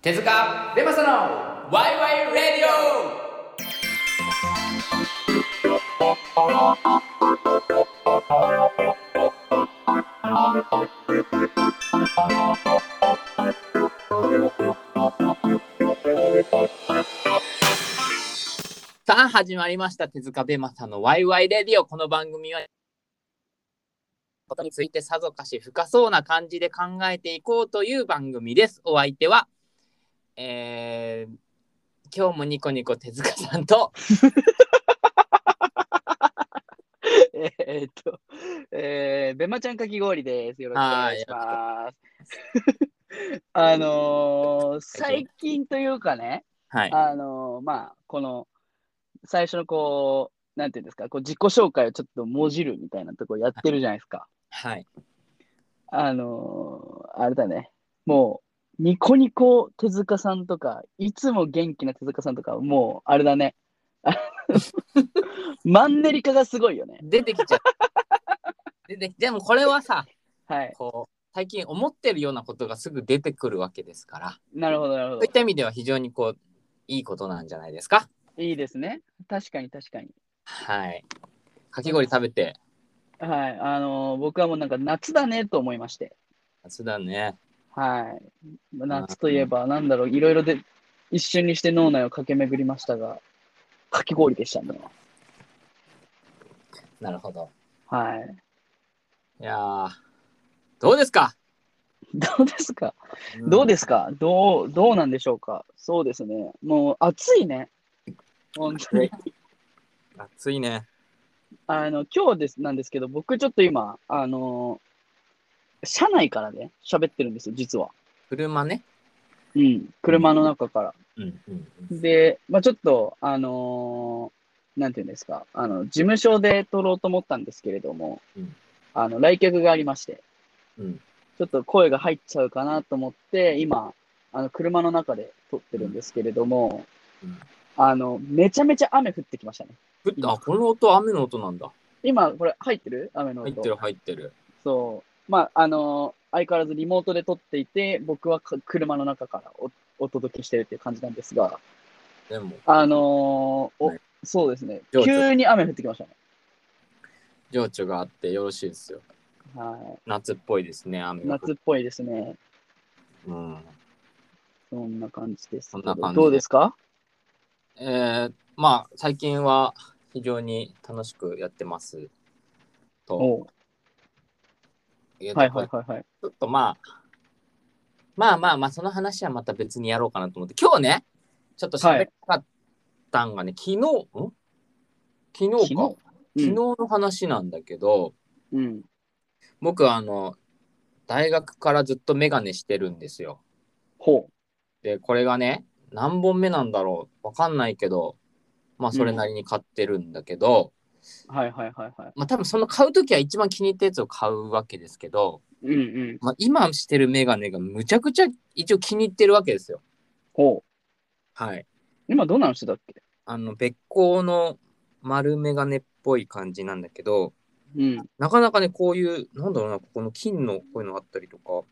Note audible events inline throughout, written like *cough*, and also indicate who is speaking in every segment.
Speaker 1: 手塚レマサのワイワイレディオさあ始まりました手塚ベマサのワイワイレディオこの番組はことについてさぞかし深そうな感じで考えていこうという番組ですお相手はえー今日もニコニコ手塚さんと
Speaker 2: えーっと、えー、べまちゃんかき氷です。よろしくお願いします。あのー最近というかね、
Speaker 1: はい
Speaker 2: あのーまあ、この、最初のこう、なんていうんですか、こう自己紹介をちょっともじるみたいなとこやってるじゃないですか。
Speaker 1: はい
Speaker 2: あのーあれだね、もう、ニコニコ手塚さんとか、いつも元気な手塚さんとか、もう、あれだね。あのマンネリ化がすごいよね。
Speaker 1: 出てきちゃう出てきでもこれはさ
Speaker 2: はい。
Speaker 1: こう最近思ってるようなことがすぐ出てくるわけですから
Speaker 2: なるほど、なるほ
Speaker 1: そ
Speaker 2: ど
Speaker 1: ういっ。た意味では非常にこういいことなんじゃないですか
Speaker 2: いいですね。確かに確かに。
Speaker 1: はいかき氷食べて
Speaker 2: はい。あのー僕はもうなんか夏だねと思いまして。
Speaker 1: 夏だね
Speaker 2: はい。夏といえば、なんだろう、いろいろで一瞬にして脳内を駆け巡りましたが、かき氷でしたね。
Speaker 1: なるほど
Speaker 2: はい。 *laughs*
Speaker 1: いやーどうですか、
Speaker 2: どうですかどうですかどう、どうなんでしょうかそうですね。もう暑いね。本当に。
Speaker 1: すか暑いね
Speaker 2: あの、今日です、なんですけど、僕ちょっと今、あのー車内からね、喋ってるんですよ、実は。
Speaker 1: 車ね
Speaker 2: うん。車の中から。
Speaker 1: うんうんうん
Speaker 2: で、まあ、ちょっと、あのーなんていうんですか、あの、事務所で撮ろうと思ったんですけれども、
Speaker 1: うん
Speaker 2: あの、来客がありまして、
Speaker 1: うん
Speaker 2: ちょっと声が入っちゃうかなと思って、今、あの、車の中で撮ってるんですけれども、
Speaker 1: うん
Speaker 2: あの、めちゃめちゃ雨降ってきましたね。
Speaker 1: ふっあこの音雨の音なんだ
Speaker 2: 今、これ入ってる雨の音。
Speaker 1: 入ってる入ってる
Speaker 2: そう。まあ、あのー相変わらずリモートで撮っていて、僕はか車の中からおお届けしてるっていう感じなんですが、
Speaker 1: でも
Speaker 2: あのーお
Speaker 1: はい
Speaker 2: そうですね。
Speaker 1: 情緒
Speaker 2: 急に雨降ってきましたね。
Speaker 1: 情緒があってよろしいですよ
Speaker 2: は
Speaker 1: 夏っぽいですね雨
Speaker 2: い。
Speaker 1: が
Speaker 2: 夏っぽいですね。
Speaker 1: うん
Speaker 2: そんな感じですけど。
Speaker 1: そんな感じ
Speaker 2: どうですか
Speaker 1: えー、まあ最近は非常に楽しくやってますと、
Speaker 2: おう
Speaker 1: えーと
Speaker 2: はいはいはいはい。
Speaker 1: ちょっとまあまあまあまあその話はまた別にやろうかなと思って今日ねちょっと喋りたかったんがね、昨日ん昨日か昨
Speaker 2: 昨
Speaker 1: 日,、
Speaker 2: 日
Speaker 1: の話なんだけど
Speaker 2: うん。
Speaker 1: 僕あの大学からずっと眼鏡してるんですよ
Speaker 2: ほ
Speaker 1: でこれがね何本目なんだろうわかんないけどまあそれなりに買ってるんだけど、
Speaker 2: う。はいはいはいはい。
Speaker 1: まあ多分その買うときは一番気に入ったやつを買うわけですけど、
Speaker 2: うんうん。
Speaker 1: まあ、今してるメガネがむちゃくちゃ一応気に入ってるわけですよ。
Speaker 2: ほう。
Speaker 1: はい。
Speaker 2: 今どんなのしてたっけ
Speaker 1: あの、別光の丸メガネっぽい感じなんだけど、
Speaker 2: うん。 *laughs*
Speaker 1: なかなかね、こういう、なんだろうな、ここの金のこういうのあったりとか、
Speaker 2: ど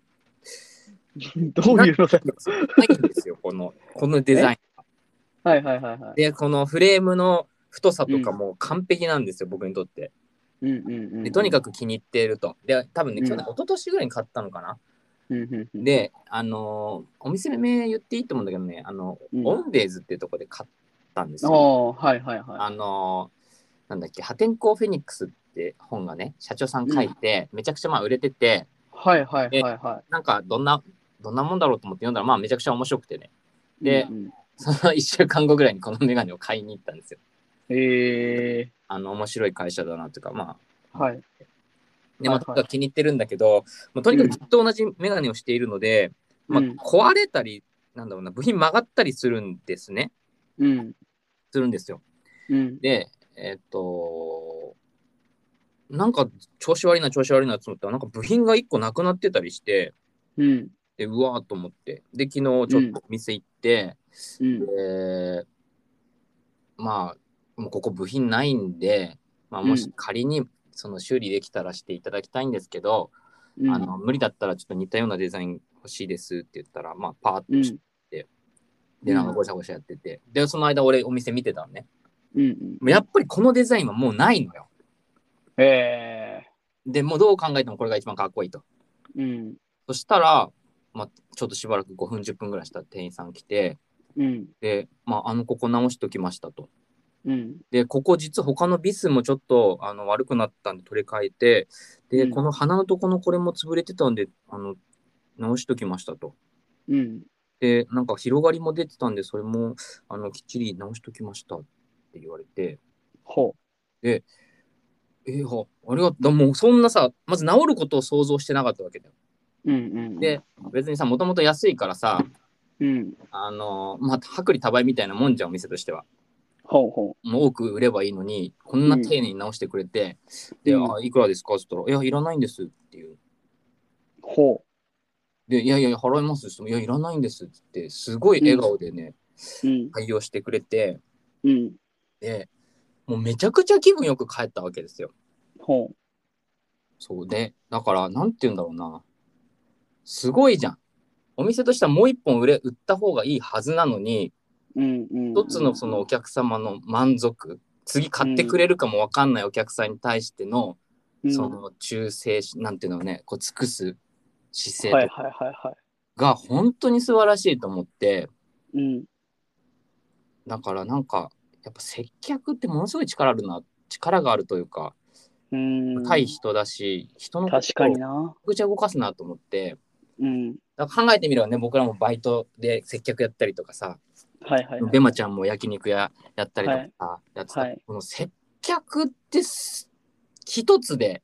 Speaker 2: ういうのだ
Speaker 1: *laughs*
Speaker 2: ろ
Speaker 1: ないんですよ、この、このデザイン。
Speaker 2: うはいはいはいはい。
Speaker 1: で、このフレームの太さとかも完璧なんですよ、僕にとって。
Speaker 2: うんうんうん。
Speaker 1: で、とにか
Speaker 2: く。
Speaker 1: く気に入っていると。で、多分ね、
Speaker 2: うん
Speaker 1: 去年、一昨年ぐらいに買ったのかな。
Speaker 2: うんうんうん。
Speaker 1: で、あのーお店名言っていいと思うんだけどね、あの、
Speaker 2: うん
Speaker 1: オンデーズっていうところで買ったんですよ。
Speaker 2: おーはいはいは
Speaker 1: あのーなんだっけ、破天荒フェニックスって本がね、社長さん書いて、めちゃくちゃまあ売れてて、
Speaker 2: い。はいはいはいは
Speaker 1: なんかどんな、どんなもんだろうと思って読んだら、まあめちゃくちゃ面白くてね、
Speaker 2: い。
Speaker 1: で
Speaker 2: うんうん、
Speaker 1: その1週間後ぐらいにこのメガネを買いに行ったんですよ。
Speaker 2: えー、
Speaker 1: あの、面白い会社だなというか、まあ、
Speaker 2: はい。
Speaker 1: で、まあ、
Speaker 2: はいはい
Speaker 1: とにかく気に入ってるんだけど、もうとにかくずっと同じメガネをしているので、
Speaker 2: う
Speaker 1: ま
Speaker 2: ん
Speaker 1: あ、壊れたり、なんだろうな、部品曲がったりするんですね。
Speaker 2: うん。
Speaker 1: するんですよ。
Speaker 2: うん。
Speaker 1: で、えーっと、なんか調子悪いな、調子悪いなと思ったら、なんか部品が1個なくなってたりして、
Speaker 2: うん。
Speaker 1: でうわーっと思って、で、昨日ちょっと店行って、
Speaker 2: うん。
Speaker 1: でまあ、もうここ部品ないんで、まあ、も
Speaker 2: う
Speaker 1: し
Speaker 2: ん
Speaker 1: 仮にその修理できたらしていただきたいんですけど、
Speaker 2: うん
Speaker 1: あの無理だったらちょっと似たようなデザイン欲しいですって言ったら、まあ、パーッ
Speaker 2: う
Speaker 1: と
Speaker 2: ん
Speaker 1: して、で、なんかごちゃごちゃやってて。で、その間俺お店見てたのね。
Speaker 2: うんうん。
Speaker 1: もうやっぱりこのデザインはもうないのよ。
Speaker 2: え
Speaker 1: で、もうどう考えてもこれが一番かっこいいと。
Speaker 2: えうん。
Speaker 1: そしたら、まあ、ちょっとしばらく5分、10分ぐらいしたら店員さん来て、
Speaker 2: うん。
Speaker 1: で、まあ、あの、ここ直しておきましたと。
Speaker 2: うん。
Speaker 1: で、ここ実は他のビスもちょっとあの悪くなったんで取り替えて、で、
Speaker 2: うん
Speaker 1: この鼻のとこのこれも潰れてたんで、あの、直しときましたと。
Speaker 2: うん。
Speaker 1: で、なんか広がりも出てたんで、それも、あの、きっちり直しときましたって言われて、
Speaker 2: ほ
Speaker 1: えー、あありがとう。もうそんなさ、まず治ることを想像してなかったわけだよ。
Speaker 2: う。うんうん。
Speaker 1: で、別にさ、もともと安いからさ、
Speaker 2: うん。
Speaker 1: あの、まあ、薄利多売みたいなもんじゃん、お店としては。
Speaker 2: ほうほ
Speaker 1: もう多く売ればいいのに、こんな丁寧に直してくれて、で、
Speaker 2: うん
Speaker 1: あ、いくらですかって言ったら、いや、いらないんですっていう。
Speaker 2: う。ほ
Speaker 1: で、いやいやいや、払いますって言ってもいや、いらないんですって言って、すごい笑顔でね、
Speaker 2: う。うん。
Speaker 1: 対応してくれて、
Speaker 2: うん。
Speaker 1: で、もうめちゃくちゃ気分よく帰ったわけですよ。
Speaker 2: ほ
Speaker 1: そうで、だから、なんて言うんだろうな。すごいじゃん。お店としてはもう一本売れ、売った方がいいはずなのに、
Speaker 2: う。うんうん。
Speaker 1: 一つのそのお客様の満足、次買ってくれるかもわかんないお客さんに対しての、
Speaker 2: うん、
Speaker 1: その忠誠心、なんていうのね、こう尽くす姿
Speaker 2: はいはい
Speaker 1: 勢
Speaker 2: はいは
Speaker 1: が本当に素晴らしいと思って、
Speaker 2: い。うん。
Speaker 1: だからなんか、やっぱ接客ってものすごい力あるな、力があるというか、
Speaker 2: うん。
Speaker 1: 対人だし、人のことを
Speaker 2: 確かにな。
Speaker 1: ぐちゃ動かすなと思って、
Speaker 2: うん。
Speaker 1: だから考えてみればね、僕らもバイトで接客やったりとかさ、
Speaker 2: はいはい、はい。
Speaker 1: ベマちゃんも焼肉屋やったりとかさ、やってた、
Speaker 2: はい
Speaker 1: この接客ってす一つで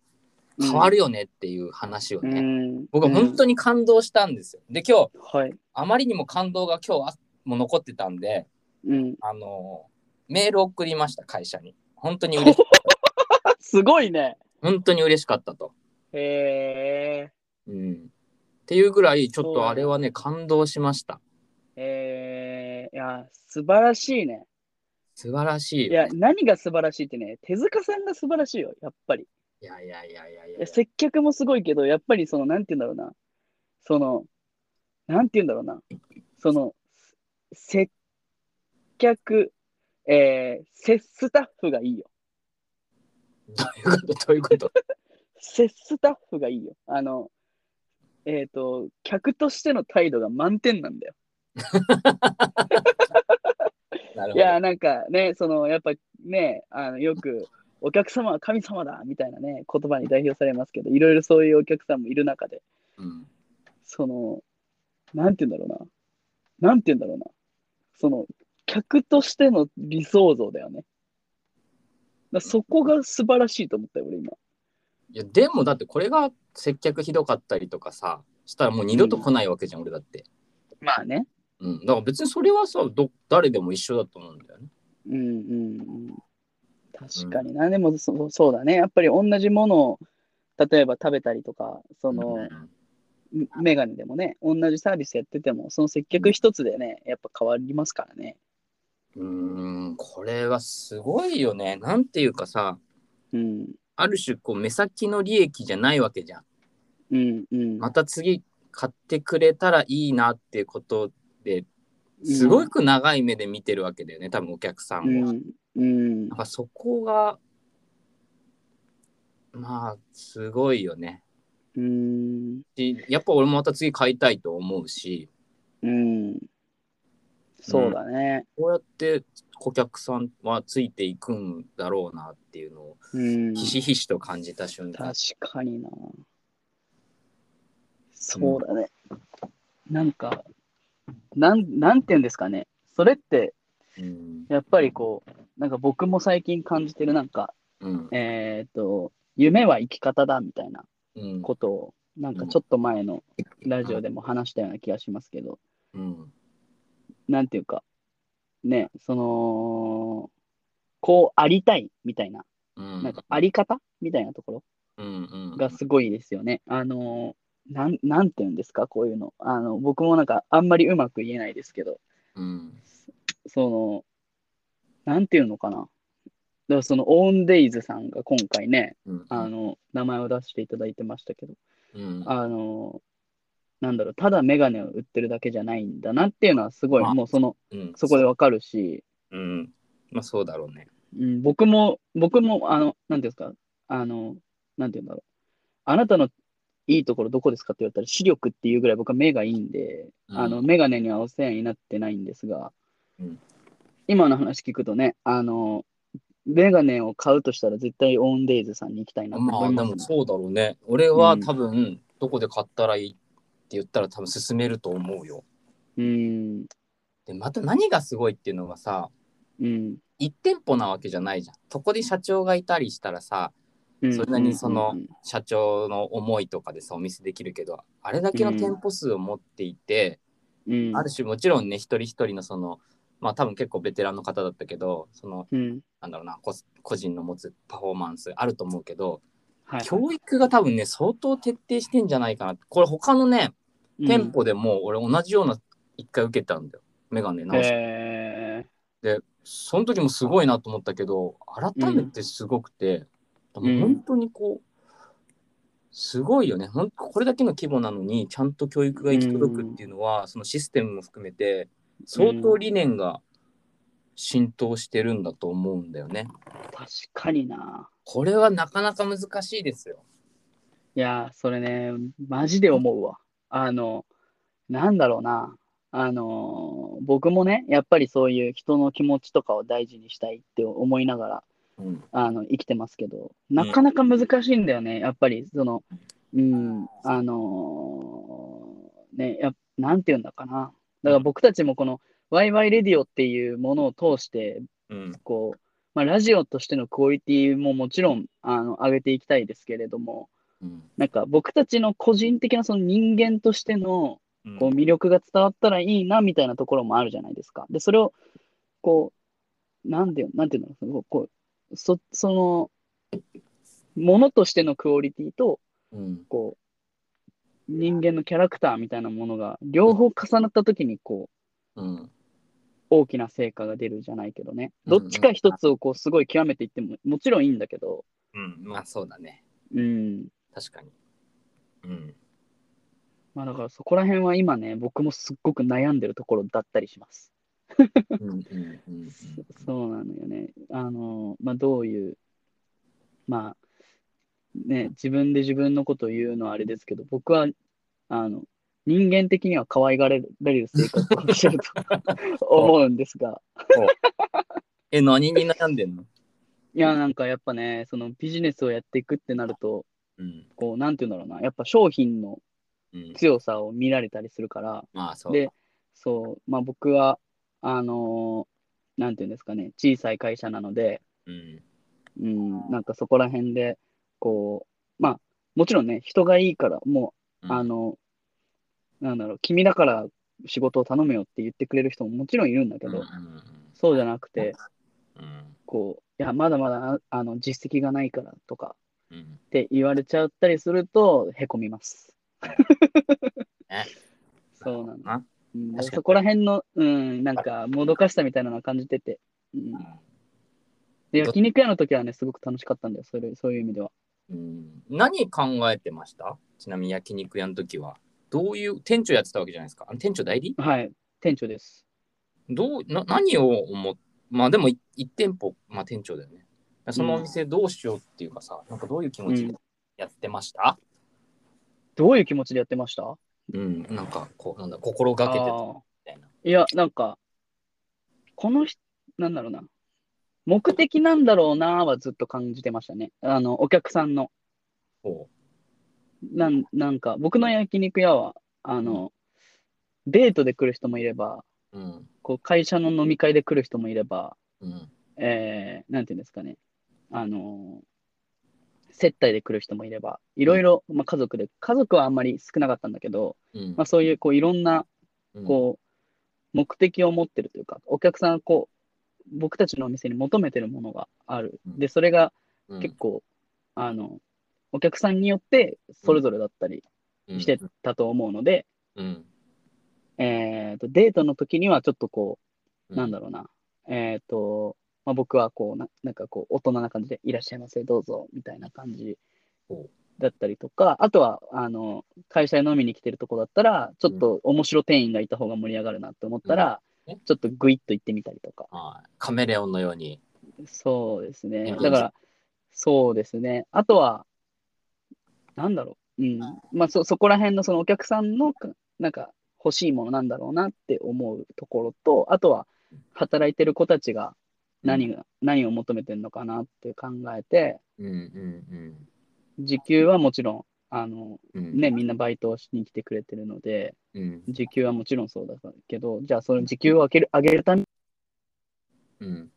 Speaker 1: 変わるよねっていう話を
Speaker 2: う
Speaker 1: ね、
Speaker 2: ん。
Speaker 1: 僕は本当に感動したんですよ。で、今日、
Speaker 2: うん。はい。
Speaker 1: あまりにも感動が今日あも残ってたんで、
Speaker 2: うん。
Speaker 1: あのメール送りました、会社に。本当に
Speaker 2: *laughs*
Speaker 1: 嬉し
Speaker 2: あすごいね。
Speaker 1: 本当に嬉しかったと。
Speaker 2: へえ。
Speaker 1: うん、っていうぐらい、ちょっ
Speaker 2: そう
Speaker 1: とあれはね、感動しました。
Speaker 2: えー、いや、素晴らしいね。
Speaker 1: 素晴らしい
Speaker 2: い
Speaker 1: よ。
Speaker 2: や、何が素晴らしいってね、手塚さんが素晴らしいよ、やっぱり。
Speaker 1: いやいやいやいやい
Speaker 2: い
Speaker 1: や
Speaker 2: や接客もすごいけど、やっぱりその、なんて言うんだろうな。その、なんて言うんだろうな。その、接客、えー、接スタッフがいいよ。
Speaker 1: どういうことどういうこと
Speaker 2: 接スタッフがいいよ。あの、えっ、と、客としての態度が満点なんだよ。
Speaker 1: *laughs* なるほ
Speaker 2: い
Speaker 1: ど。
Speaker 2: や、なんかね、その、やっぱね、あのよく、お客様は神様だみたいなね、言葉に代表されますけど、いろいろそういうお客さんもいる中で、
Speaker 1: うん、
Speaker 2: その、なんて言うんだろうな。なんて言うんだろうな。その、客としての理想像だよね。だそこが素晴らしいと思ったよ、俺今。
Speaker 1: いやでもだってこれが接客ひどかったりとかさしたらもう二度と来ないわけじゃん、俺だって、
Speaker 2: まあね。
Speaker 1: うん、だから別にそれはさど誰でも一緒だと思うんだよね
Speaker 2: うんうんうん。確かにな。でもそ、そうだね。やっぱり同じものを、例えば食べたりとか、その、
Speaker 1: うん
Speaker 2: メガネでもね、同じサービスやってても、その接客一つでね、やっぱ変わりますからね。
Speaker 1: うーんこれはすごいよねなんていうかさ
Speaker 2: うん、
Speaker 1: ある種こう目先の利益じゃないわけじゃん
Speaker 2: うん、うん。
Speaker 1: また次買ってくれたらいいなっていうことですごく長い目で見てるわけだよね多分お客さん
Speaker 2: う
Speaker 1: を、
Speaker 2: ん、うん
Speaker 1: やっ。ぱそこがまあすごいよね
Speaker 2: うん、
Speaker 1: しやっぱ俺もまた次買いたいと思うし
Speaker 2: うん。そうだね。
Speaker 1: こうやって顧客さんはついていくんだろうなっていうのを
Speaker 2: うん。
Speaker 1: ひしひしと感じた瞬間
Speaker 2: 確かにな。そうだね。なんか、なん、なんて言うんですかね。それって、
Speaker 1: うん
Speaker 2: やっぱりこう、なんか僕も最近感じてる、なんか、
Speaker 1: うん
Speaker 2: えっ、と、夢は生き方だみたいな。
Speaker 1: うん
Speaker 2: ことを、なんかちょっと前のラジオでも話したような気がしますけど、
Speaker 1: うん
Speaker 2: なんていうか、ね、その、こうありたいみたいな、
Speaker 1: うん
Speaker 2: なんかあり方みたいなところ
Speaker 1: うんうん
Speaker 2: がすごいですよね。あのーなん、なんていうんですか、こういうの。あの、僕もなんかあんまりうまく言えないですけど、
Speaker 1: うん
Speaker 2: その、なんていうのかな。だからその、オーンデイズさんが今回ね、
Speaker 1: うん
Speaker 2: あの、名前を出していただいてましたけど、
Speaker 1: うん
Speaker 2: あの、なんだろう、ただメガネを売ってるだけじゃないんだなっていうのはすごい、
Speaker 1: まあ
Speaker 2: もうその、
Speaker 1: うん、
Speaker 2: そこでわかるし、
Speaker 1: うん。まあそうだろうね。
Speaker 2: うん、僕も、僕も、あの、なんていうんですか、あの、なんていうんだろう。あなたのいいところどこですかって言われたら、視力っていうぐらい僕は目がいいんで、
Speaker 1: うん
Speaker 2: あの、メガネにはお世話になってないんですが、
Speaker 1: うん
Speaker 2: 今の話聞くとね、あの、メガネを買うとしたら絶対オンデイズさんに行きたいなと
Speaker 1: ま
Speaker 2: 思
Speaker 1: あ
Speaker 2: い
Speaker 1: で
Speaker 2: ますね、
Speaker 1: もそうだろうね。俺は多分、どこで買ったらいいって言ったら多分進めると思うよ。
Speaker 2: うん、
Speaker 1: で、また何がすごいっていうのがさ、
Speaker 2: うん、
Speaker 1: 1店舗なわけじゃないじゃん。そこで社長がいたりしたらさ、
Speaker 2: うん。
Speaker 1: それなりにその
Speaker 2: うん
Speaker 1: 社長の思いとかでさ、お見せできるけど、あれだけの店舗数を持っていて、
Speaker 2: うん、
Speaker 1: ある種もちろんね一人一人のそのまあ多分結構ベテランの方だったけどその
Speaker 2: うん、
Speaker 1: なんだろうなこ個人の持つパフォーマンスあると思うけど
Speaker 2: はい。
Speaker 1: 教育が多分ね相当徹底してんじゃないかなこれ他のね
Speaker 2: うん
Speaker 1: 店舗でも俺同じような一回受けたんだよメガネ直して、
Speaker 2: え
Speaker 1: でその時もすごいなと思ったけど改めてすごくて、
Speaker 2: ん
Speaker 1: もう本当にこうすごいよねほんこれだけの規模なのにちゃんと教育が行き届くっていうのは、そのシステムも含めて相当理念が浸透してるんだと思うんだよね。
Speaker 2: ー、確かにな。
Speaker 1: これはなかなか難しいですよ。
Speaker 2: いやー、それね、マジで思うわ。あの、なんだろうな。あのー、僕もね、やっぱりそういう人の気持ちとかを大事にしたいって思いながら、
Speaker 1: うん
Speaker 2: あの、生きてますけど、なかなか難しいんだよね。やっぱり、その、うん、あのー、ね、やっ、なんて言うんだかな。だから僕たちもこの、ワイワイレディオっていうものを通して、
Speaker 1: うん
Speaker 2: こう、まあ、ラジオとしてのクオリティももちろん、あの、上げていきたいですけれども、
Speaker 1: うん
Speaker 2: なんか僕たちの個人的なその人間としての
Speaker 1: うん
Speaker 2: こう魅力が伝わったらいいなみたいなところもあるじゃないですか。で、それをこう、なんていうの、なんていうのその、こう、そ、その、ものとしてのクオリティと、
Speaker 1: うん
Speaker 2: こう、人間のキャラクターみたいなものが両方重なった時にこう、
Speaker 1: うん
Speaker 2: 大きな成果が出るじゃないけどね。
Speaker 1: うんう
Speaker 2: ど
Speaker 1: ん
Speaker 2: っちか一つをこう、すごい極めていっても、もちろんいいんだけど、
Speaker 1: うんまあそうだね
Speaker 2: うん。
Speaker 1: 確かに。うん
Speaker 2: まあだからそこら辺は今ね、僕もすっごく悩んでるところだったりします。
Speaker 1: うんうんうんうん
Speaker 2: そそうなのよね。あの、まあどういう、まあ、ね、自分で自分のことを言うのはあれですけど、僕は、あの、人間的には可愛がれるられる生活をしてると思うんですが、
Speaker 1: え何に悩んでんの、
Speaker 2: いや、なんかやっぱね、そのビジネスをやっていくってなると、
Speaker 1: うん
Speaker 2: こう、なんて言うんだろうな、やっぱ商品の
Speaker 1: うん、
Speaker 2: 強さを見られたりするから、
Speaker 1: まあそう
Speaker 2: で、そう、まあ僕は、あのーなんていうんですかね、小さい会社なので、
Speaker 1: うん
Speaker 2: うん、なんかそこら辺で、こう、まあ、もちろんね、人がいいから、も
Speaker 1: う
Speaker 2: う、
Speaker 1: ん
Speaker 2: あの、なんだろう、君だから仕事を頼むよって言ってくれる人ももちろんいるんだけ
Speaker 1: うんう
Speaker 2: ど、
Speaker 1: ん
Speaker 2: そうじゃなくて、
Speaker 1: うん
Speaker 2: こう、いや、まだまだ、ああの、実績がないからとか
Speaker 1: うん
Speaker 2: って言われちゃったりすると、へこみます。
Speaker 1: *laughs* ね
Speaker 2: そうなの。
Speaker 1: な
Speaker 2: うん
Speaker 1: 確かに
Speaker 2: そこら辺の、うん、なんか、もどかしさみたいなのは感じてて、うん、で
Speaker 1: ど
Speaker 2: 焼肉屋の時はね、すごく楽しかったんだよ、それそういう意味では。
Speaker 1: うん何考えてましたちなみに焼肉屋の時は。どういう、店長やってたわけじゃないですか。あの店長代理
Speaker 2: はい、店長です。
Speaker 1: どうな何を思っまあでもい一店舗、まあ店長だよね。そのお店どうしようっていうかさ、なんかどういう気持ち
Speaker 2: う
Speaker 1: で
Speaker 2: ん
Speaker 1: やってました、
Speaker 2: どういう気持ちでやってました
Speaker 1: うん、なんかこう、なんだ、心がけてたみ
Speaker 2: あー
Speaker 1: たいな。
Speaker 2: いや、なんか、この人、なんだろうな、目的なんだろうなはずっと感じてましたね。あの、お客さんの、
Speaker 1: ほ
Speaker 2: なんなんか、僕の焼肉屋は、あの、デートで来る人もいれば、
Speaker 1: う。うん。
Speaker 2: こう会社の飲み会で来る人もいれば、
Speaker 1: うん。
Speaker 2: えー、なんていうんですかね、あのー接待で来る人もいれば、いろいろ、まあ、家族で、家族はあんまり少なかったんだけど、
Speaker 1: うん。
Speaker 2: まあ、そういうこういろんな
Speaker 1: うん
Speaker 2: こう目的を持ってるというか、お客さんはこう僕たちのお店に求めてるものがある。
Speaker 1: うん
Speaker 2: で、それが
Speaker 1: うん
Speaker 2: 結構、あのお客さんによってそれぞれだったりしてたと思うので、
Speaker 1: うん。
Speaker 2: えー、とデートの時にはちょっとこう、
Speaker 1: うん
Speaker 2: なんだろうな、えっ、と、まあ、僕はこうな、なんかこう、大人な感じで、いらっしゃいませ、どうぞ、みたいな感じ
Speaker 1: ほ
Speaker 2: だったりとか、あとは、あの、会社に飲みに来てるとこだったら、ちょっと面白店員がいた方が盛り上がるなって思ったら、
Speaker 1: うんね
Speaker 2: ちょっとグイッと行ってみたりとか。
Speaker 1: はいカメレオンのように。
Speaker 2: そうです
Speaker 1: い
Speaker 2: ね。
Speaker 1: や
Speaker 2: だから、そうですね。あとは、なんだろう。うん。まあ、そ、そこら辺のそのお客さんのか、なんか、欲しいものなんだろうなって思うところと、あとは、働いてる子たちが何が、何を求めてるのかなって考えて、
Speaker 1: うんうん
Speaker 2: 時給はもちろん、あの、
Speaker 1: うんうん。
Speaker 2: ね、みんなバイトをしに来てくれてるので、
Speaker 1: うん
Speaker 2: 時給はもちろんそうだけど、じゃあ、その時給を上げる、上げるために、
Speaker 1: うん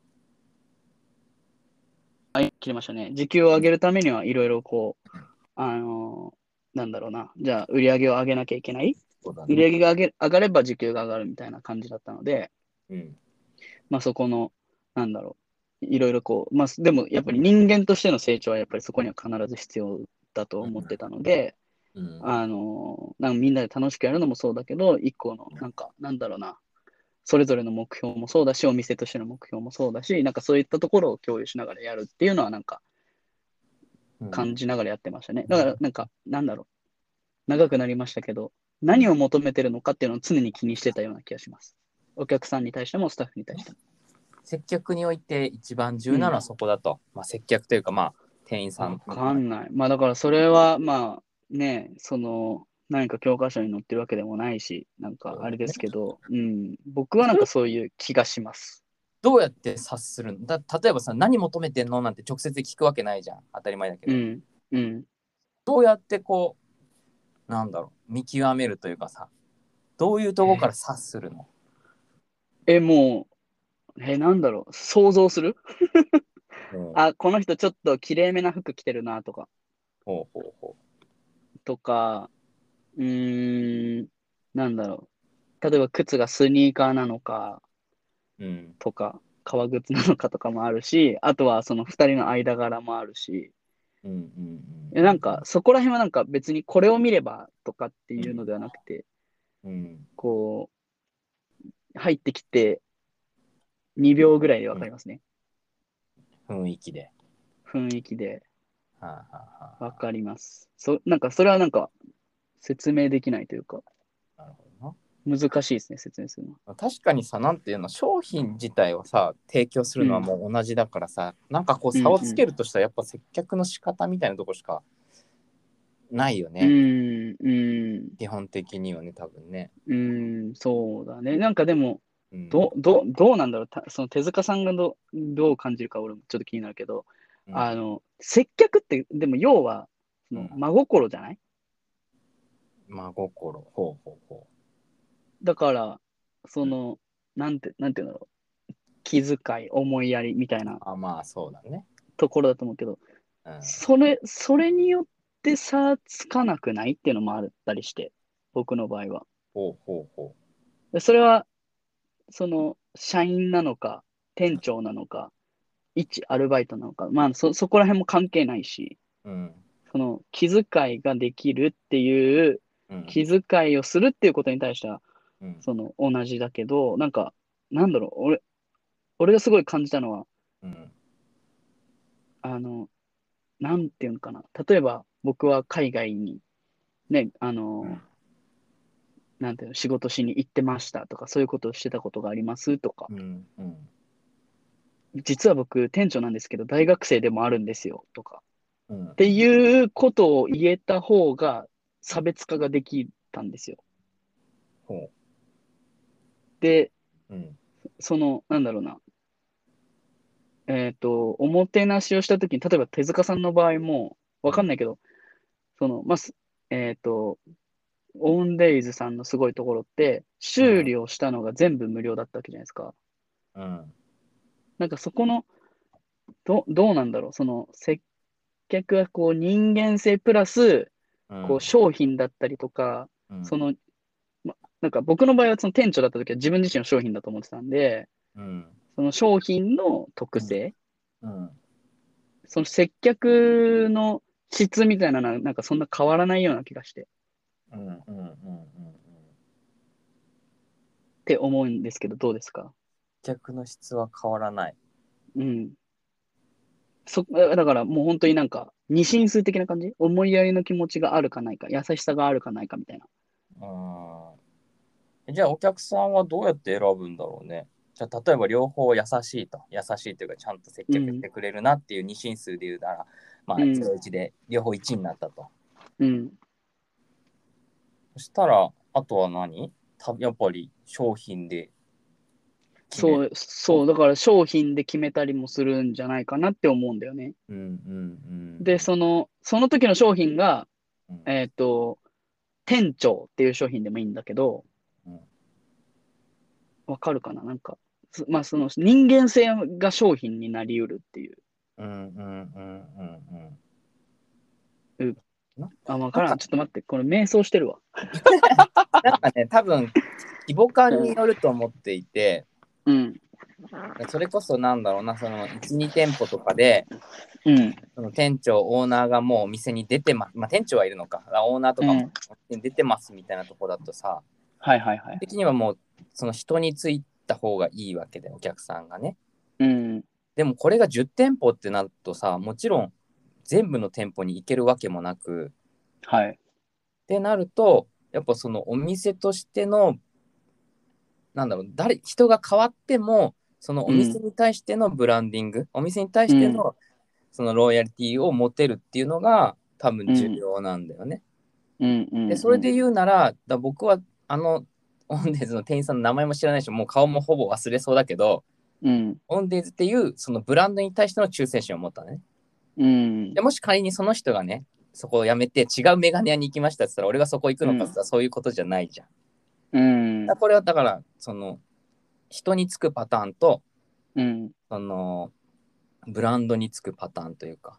Speaker 2: はい切れましたね。時給を上げるためには、いろいろこう、あのーなんだろうな、じゃあ、売り上げを上げなきゃいけない。
Speaker 1: そうだ
Speaker 2: 売り
Speaker 1: ね。
Speaker 2: 上げが上げ上がれば時給が上がるみたいな感じだったので、
Speaker 1: うん
Speaker 2: まあ、そこの、なんだろう、いろいろこう、まあ、でもやっぱり人間としての成長は、やっぱりそこには必ず必要だと思ってたので、
Speaker 1: うん
Speaker 2: あのーなんかみんなで楽しくやるのもそうだけど、一個の、なんか、なんだろうな、それぞれの目標もそうだし、お店としての目標もそうだし、なんかそういったところを共有しながらやるっていうのは、なんか、
Speaker 1: うん
Speaker 2: 感じながらやってましたね。だから、なんか、なんだろう。長くなりましたけど、何を求めてるのかっていうのを常に気にしてたような気がします。お客さんに対しても、スタッフに対しても。
Speaker 1: 接客において一番重要なのはそこだと。まあ接客というか、まあ店員さん
Speaker 2: わ。かんない。まあ、だから、それは、まあ、ね、その、何か教科書に載ってるわけでもないし、なんか、あれですけど、うん、僕はなんかそういう気がします。
Speaker 1: どうやって察するんだ例えばさ、何求めてんのなんて直接聞くわけないじゃん。当たり前だけ
Speaker 2: う
Speaker 1: ど。
Speaker 2: ん、うん、
Speaker 1: どうやってこう、なんだろう、見極めるというかさ、どういうとこから察するの
Speaker 2: え、もう、え、なんだろう、想像する
Speaker 1: うん
Speaker 2: あ、この人ちょっときれいめな服着てるなとか。
Speaker 1: ほうほうほ
Speaker 2: とか、うーん、なんだろう。例えば靴がスニーカーなのか
Speaker 1: う。うん。
Speaker 2: とか、革靴なのかとかもあるし、あとはその2人の間柄もあるし、
Speaker 1: うんうん
Speaker 2: い
Speaker 1: うん。
Speaker 2: やなんか、そこら辺はなんか別にこれを見ればとかっていうのではなくて、
Speaker 1: うん。
Speaker 2: こう、入ってきて2秒ぐらいでわかりますね。
Speaker 1: 雰囲気で。
Speaker 2: 雰囲気で
Speaker 1: はあはあは
Speaker 2: わかります。そ、なんかそれはなんか説明できないというか、
Speaker 1: あなるほどな。
Speaker 2: 難しいですね、説明するのは。
Speaker 1: 確かにさ、なんていうの、商品自体をさ、提供するのはもう同じだからさ、なんかこう、差をつけるとしたら、やっぱ接客の仕方みたいなとこしかないよね。
Speaker 2: うーん、うーん。
Speaker 1: 基本的にはね、多分ね。
Speaker 2: うーん、そうだね。なんかでも、
Speaker 1: うん
Speaker 2: ど、ど、どうなんだろう。たその手塚さんがど、どう感じるか俺もちょっと気になるけど、
Speaker 1: うん
Speaker 2: あの、接客って、でも要は、その
Speaker 1: うん
Speaker 2: 真心じゃない
Speaker 1: 真心。ほうほうほ
Speaker 2: だから、その、なんて、なんていうんだろう。気遣い、思いやりみたいな
Speaker 1: う。あ、まあ、そうだね。
Speaker 2: ところだと思うけど、
Speaker 1: うん
Speaker 2: それ、それによって差つかなくないっていうのもあったりして、僕の場合は。
Speaker 1: ほうほうほ
Speaker 2: でそれは、その、社員なのか、店長なのか、一アルバイトなのか、まあそ、そこら辺も関係ないし、
Speaker 1: う。うん。
Speaker 2: その、気遣いができるっていう、
Speaker 1: うん
Speaker 2: 気遣いをするっていうことに対しては、
Speaker 1: うん
Speaker 2: その、同じだけど、なんか、なんだろう、俺、俺がすごい感じたのは、
Speaker 1: うん
Speaker 2: あの、なんていうのかな、例えば、僕は海外に、ね、あの、
Speaker 1: うん
Speaker 2: なんていうの、仕事しに行ってましたとか、そういうことをしてたことがありますとか、
Speaker 1: うんうん
Speaker 2: 実は僕、店長なんですけど、大学生でもあるんですよ、とか。
Speaker 1: うん
Speaker 2: っていうことを言えた方が、差別化ができたんですよ。
Speaker 1: ほ
Speaker 2: で、
Speaker 1: ううん
Speaker 2: その、なんだろうな。えっと、おもてなしをしたときに、例えば手塚さんの場合も、わかんないけど、その、まあ、すえっと、オンデイズさんのすごいところって、修理をしたのが全部無料だったわけじゃないですか。
Speaker 1: うん
Speaker 2: なんかそこの、ど、どうなんだろう、その接客はこう人間性プラス、
Speaker 1: うん
Speaker 2: こう商品だったりとか、
Speaker 1: うん
Speaker 2: その、ま、なんか僕の場合はその店長だった時は自分自身の商品だと思ってたんで、
Speaker 1: うん
Speaker 2: その商品の特性、
Speaker 1: うん
Speaker 2: その接客の質みたいなのはなんかそんな変わらないような気がして、
Speaker 1: うんうんうんうんうん
Speaker 2: って思うんですけど、どうですか
Speaker 1: 客の質は変わらない
Speaker 2: うん。そ、だからもう本当になんか、二進数的な感じ思いやりの気持ちがあるかないか、優しさがあるかないかみたいな。
Speaker 1: うんじゃあお客さんはどうやって選ぶんだろうね。じゃあ例えば両方優しいと優しいというかちゃんと接客してくれるなっていう二進数で言うなら、まあ
Speaker 2: うん
Speaker 1: 0一で両方1になったと。
Speaker 2: うん。
Speaker 1: そしたらあとは何たやっぱり商品で決め
Speaker 2: そ
Speaker 1: る。
Speaker 2: う、そう、だから商品で決めたりもするんじゃないかなって思うんだよね。
Speaker 1: うんうんうん。
Speaker 2: で、その、その時の商品が、
Speaker 1: うん
Speaker 2: えっ、と、店長っていう商品でもいいんだけど
Speaker 1: うん、
Speaker 2: わかるかななんか、すまあ、その人間性が商品になりうるっていう。
Speaker 1: うんうんうんうんうん。
Speaker 2: あ、わからん。ちょっと待って、これ迷走してるわ。
Speaker 1: なんかね、多分規模感によると思っていて、
Speaker 2: うん。
Speaker 1: それこそなんだろうな、その1、2店舗とかで、
Speaker 2: うん。
Speaker 1: その店長、オーナーがもうお店に出てます、まあ、店長はいるのか、あオーナーとか
Speaker 2: う
Speaker 1: も
Speaker 2: ん
Speaker 1: お店に出てますみたいなとこだとさ、
Speaker 2: はいはいはい。
Speaker 1: 的にはもう、その人についた方がいいわけで、お客さんがね。
Speaker 2: うん。
Speaker 1: でもこれが10店舗ってなるとさ、もちろん全部の店舗に行けるわけもなく、
Speaker 2: はい。
Speaker 1: ってなると、やっぱそのお店としての、なんだろう、誰、人が変わっても、そのお店に対してのブランディング、お店に対しての、そのロイヤリティを持てるっていうのが多分重要なんだよね。
Speaker 2: うんうん、
Speaker 1: で、それで言うなら、だ僕はあの、オンデーズの店員さんの名前も知らないし、もう顔もほぼ忘れそうだけど、
Speaker 2: うん。
Speaker 1: オンデーズっていうそのブランドに対しての忠誠心を持ったのね。
Speaker 2: うん
Speaker 1: で。もし仮にその人がね、そこを辞めて違うメガネ屋に行きましたって言ったら、俺がそこ行くのかって言ったらそういうことじゃないじゃん。
Speaker 2: うん
Speaker 1: だから。これはだから、その、人につくパターンと、
Speaker 2: うん。
Speaker 1: その、ブランドにつくパターンというか、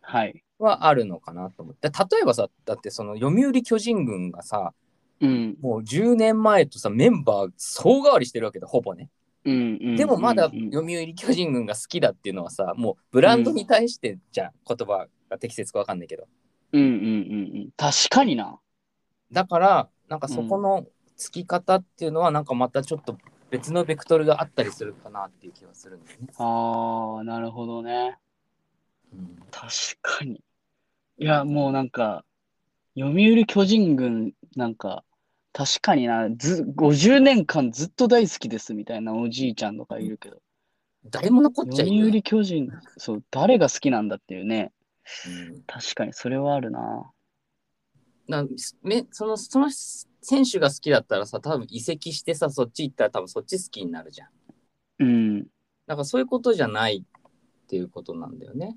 Speaker 2: はい。
Speaker 1: はあるのかなと思って。例えばさ、だってその読売巨人軍がさ、
Speaker 2: うん。
Speaker 1: もう10年前とさ、メンバー総変わりしてるわけで、ほぼね。
Speaker 2: うん。うん
Speaker 1: でもまだ
Speaker 2: うん
Speaker 1: 読売巨人軍が好きだっていうのはさ、もうブランドに対してじゃん、言葉が適切かわかんないけど。
Speaker 2: うんうんうんうん。確かにな。
Speaker 1: だから、なんかそこのつき方っていうのは、なんかまたちょっと別のベクトルがあったりするかなっていう気はするんだよね。
Speaker 2: ああ、なるほどね。
Speaker 1: うん
Speaker 2: 確かに。いや、もうなんか、読売巨人軍、なんか、確かにな、ず、50年間ずっと大好きですみたいなおじいちゃんとかいるけど、
Speaker 1: 誰も残っちゃ
Speaker 2: 読
Speaker 1: いない。
Speaker 2: 売巨人、そう、誰が好きなんだっていうね。
Speaker 1: うん
Speaker 2: 確かに、それはあるな。
Speaker 1: なめそのその選手が好きだったらさ多分移籍してさそっち行ったら多分そっち好きになるじゃん。
Speaker 2: うん、
Speaker 1: だからそういうことじゃないっていうことなんだよね。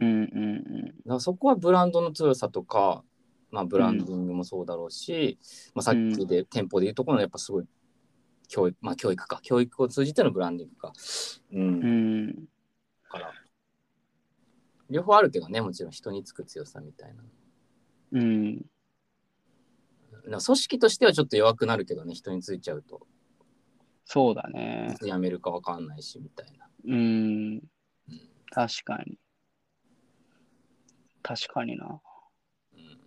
Speaker 2: うん、うん、
Speaker 1: だからそこはブランドの強さとか、まあ、ブランディングもそうだろうし、まあ、さっきで店舗でいうところのやっぱすごい教育、まあ、教育か教育を通じてのブランディングか。うん、
Speaker 2: うん、うん。
Speaker 1: だから両方あるけどねもちろん人につく強さみたいな。
Speaker 2: うん、
Speaker 1: なんか組織としてはちょっと弱くなるけどね人についちゃうと。
Speaker 2: そうだね
Speaker 1: い。つ辞めるかわかんないしみたいな。
Speaker 2: うん、確かに。確かにな。
Speaker 1: うん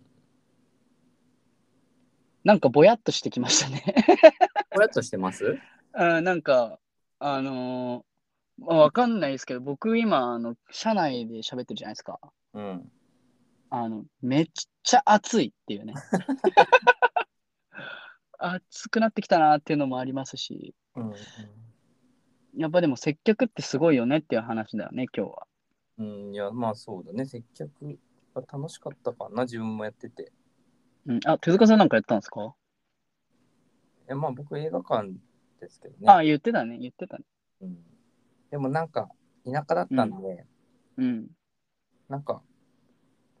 Speaker 2: なんかぼやっとしてきましたね。
Speaker 1: これとしてます
Speaker 2: うん、なんか、あのーまあ、わかんないですけど、僕今、あの、社内で喋ってるじゃないですか。
Speaker 1: うん。
Speaker 2: あの、めっちゃ暑いって *laughs* いうね。暑くなってきたなっていうのもありますし、
Speaker 1: うん。
Speaker 2: やっぱでも接客ってすごいよねっていう話だよね、今日は。
Speaker 1: うん、いや、まあそうだね。接客が楽しかったかな、自分もやってて。
Speaker 2: うん、あ、手塚さんなんかやったんですか、
Speaker 1: えまあ僕映画館ですけどね。
Speaker 2: あ、言ってたね、言ってたね。
Speaker 1: うん、でもなんか田舎だったんで、
Speaker 2: うん。
Speaker 1: なんか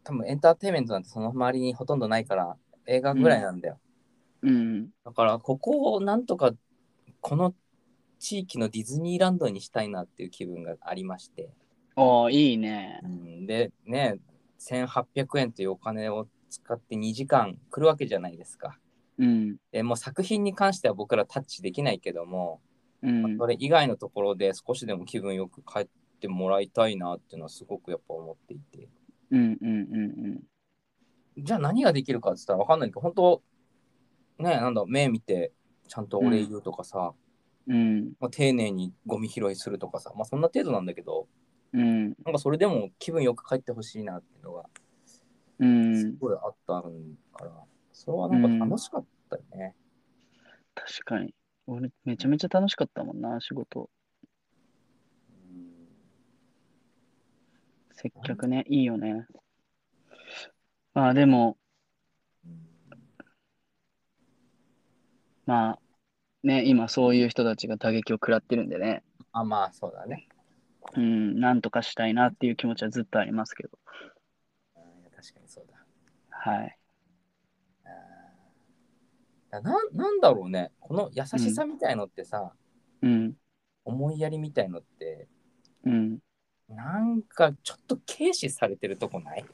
Speaker 1: 多分エンターテインメントなんてその周りにほとんどないから映画ぐらいなんだよ。
Speaker 2: うん。
Speaker 1: だからここをなんとかこの地域のディズニーランドにしたいなっていう気分がありまして。
Speaker 2: ああ、いいね
Speaker 1: う。ん、でね1800円というお金を使って2時間来るわけじゃないですか。
Speaker 2: うん。
Speaker 1: でもう作品に関しては僕らタッチできないけども、
Speaker 2: うん
Speaker 1: そ。れ以外のところで少しでも気分よく帰ってもらいたいなっていうのはすごくやっぱ思っていて
Speaker 2: うん。うん。うん。
Speaker 1: じゃあ何ができるかって言ったら分かんないけど本当ねなんだ目見てちゃんとお礼言うとかさ、
Speaker 2: うん。
Speaker 1: まあ、丁寧にゴミ拾いするとかさ、まあ、そんな程度なんだけど
Speaker 2: う
Speaker 1: な
Speaker 2: ん。
Speaker 1: んかそれでも気分よく帰ってほしいなっていうのが
Speaker 2: う
Speaker 1: す
Speaker 2: ん。
Speaker 1: ごいあったから、それはなんか楽しかったよね。
Speaker 2: 確かに。俺、めちゃめちゃ楽しかったもんな、仕事。
Speaker 1: うん
Speaker 2: 接客ね、いいよね。まあでも、まあ、ね、今そういう人たちが打撃を食らってるんでね、
Speaker 1: あ、まあそうだね。
Speaker 2: うん、なんとかしたいなっていう気持ちはずっとありますけど。
Speaker 1: うんいや確かにそうだ。
Speaker 2: はい。
Speaker 1: うんななんだろうね、この優しさみたいのってさ、
Speaker 2: うん、
Speaker 1: 思いやりみたいのって、
Speaker 2: うん。
Speaker 1: なんかちょっと軽視されてるとこない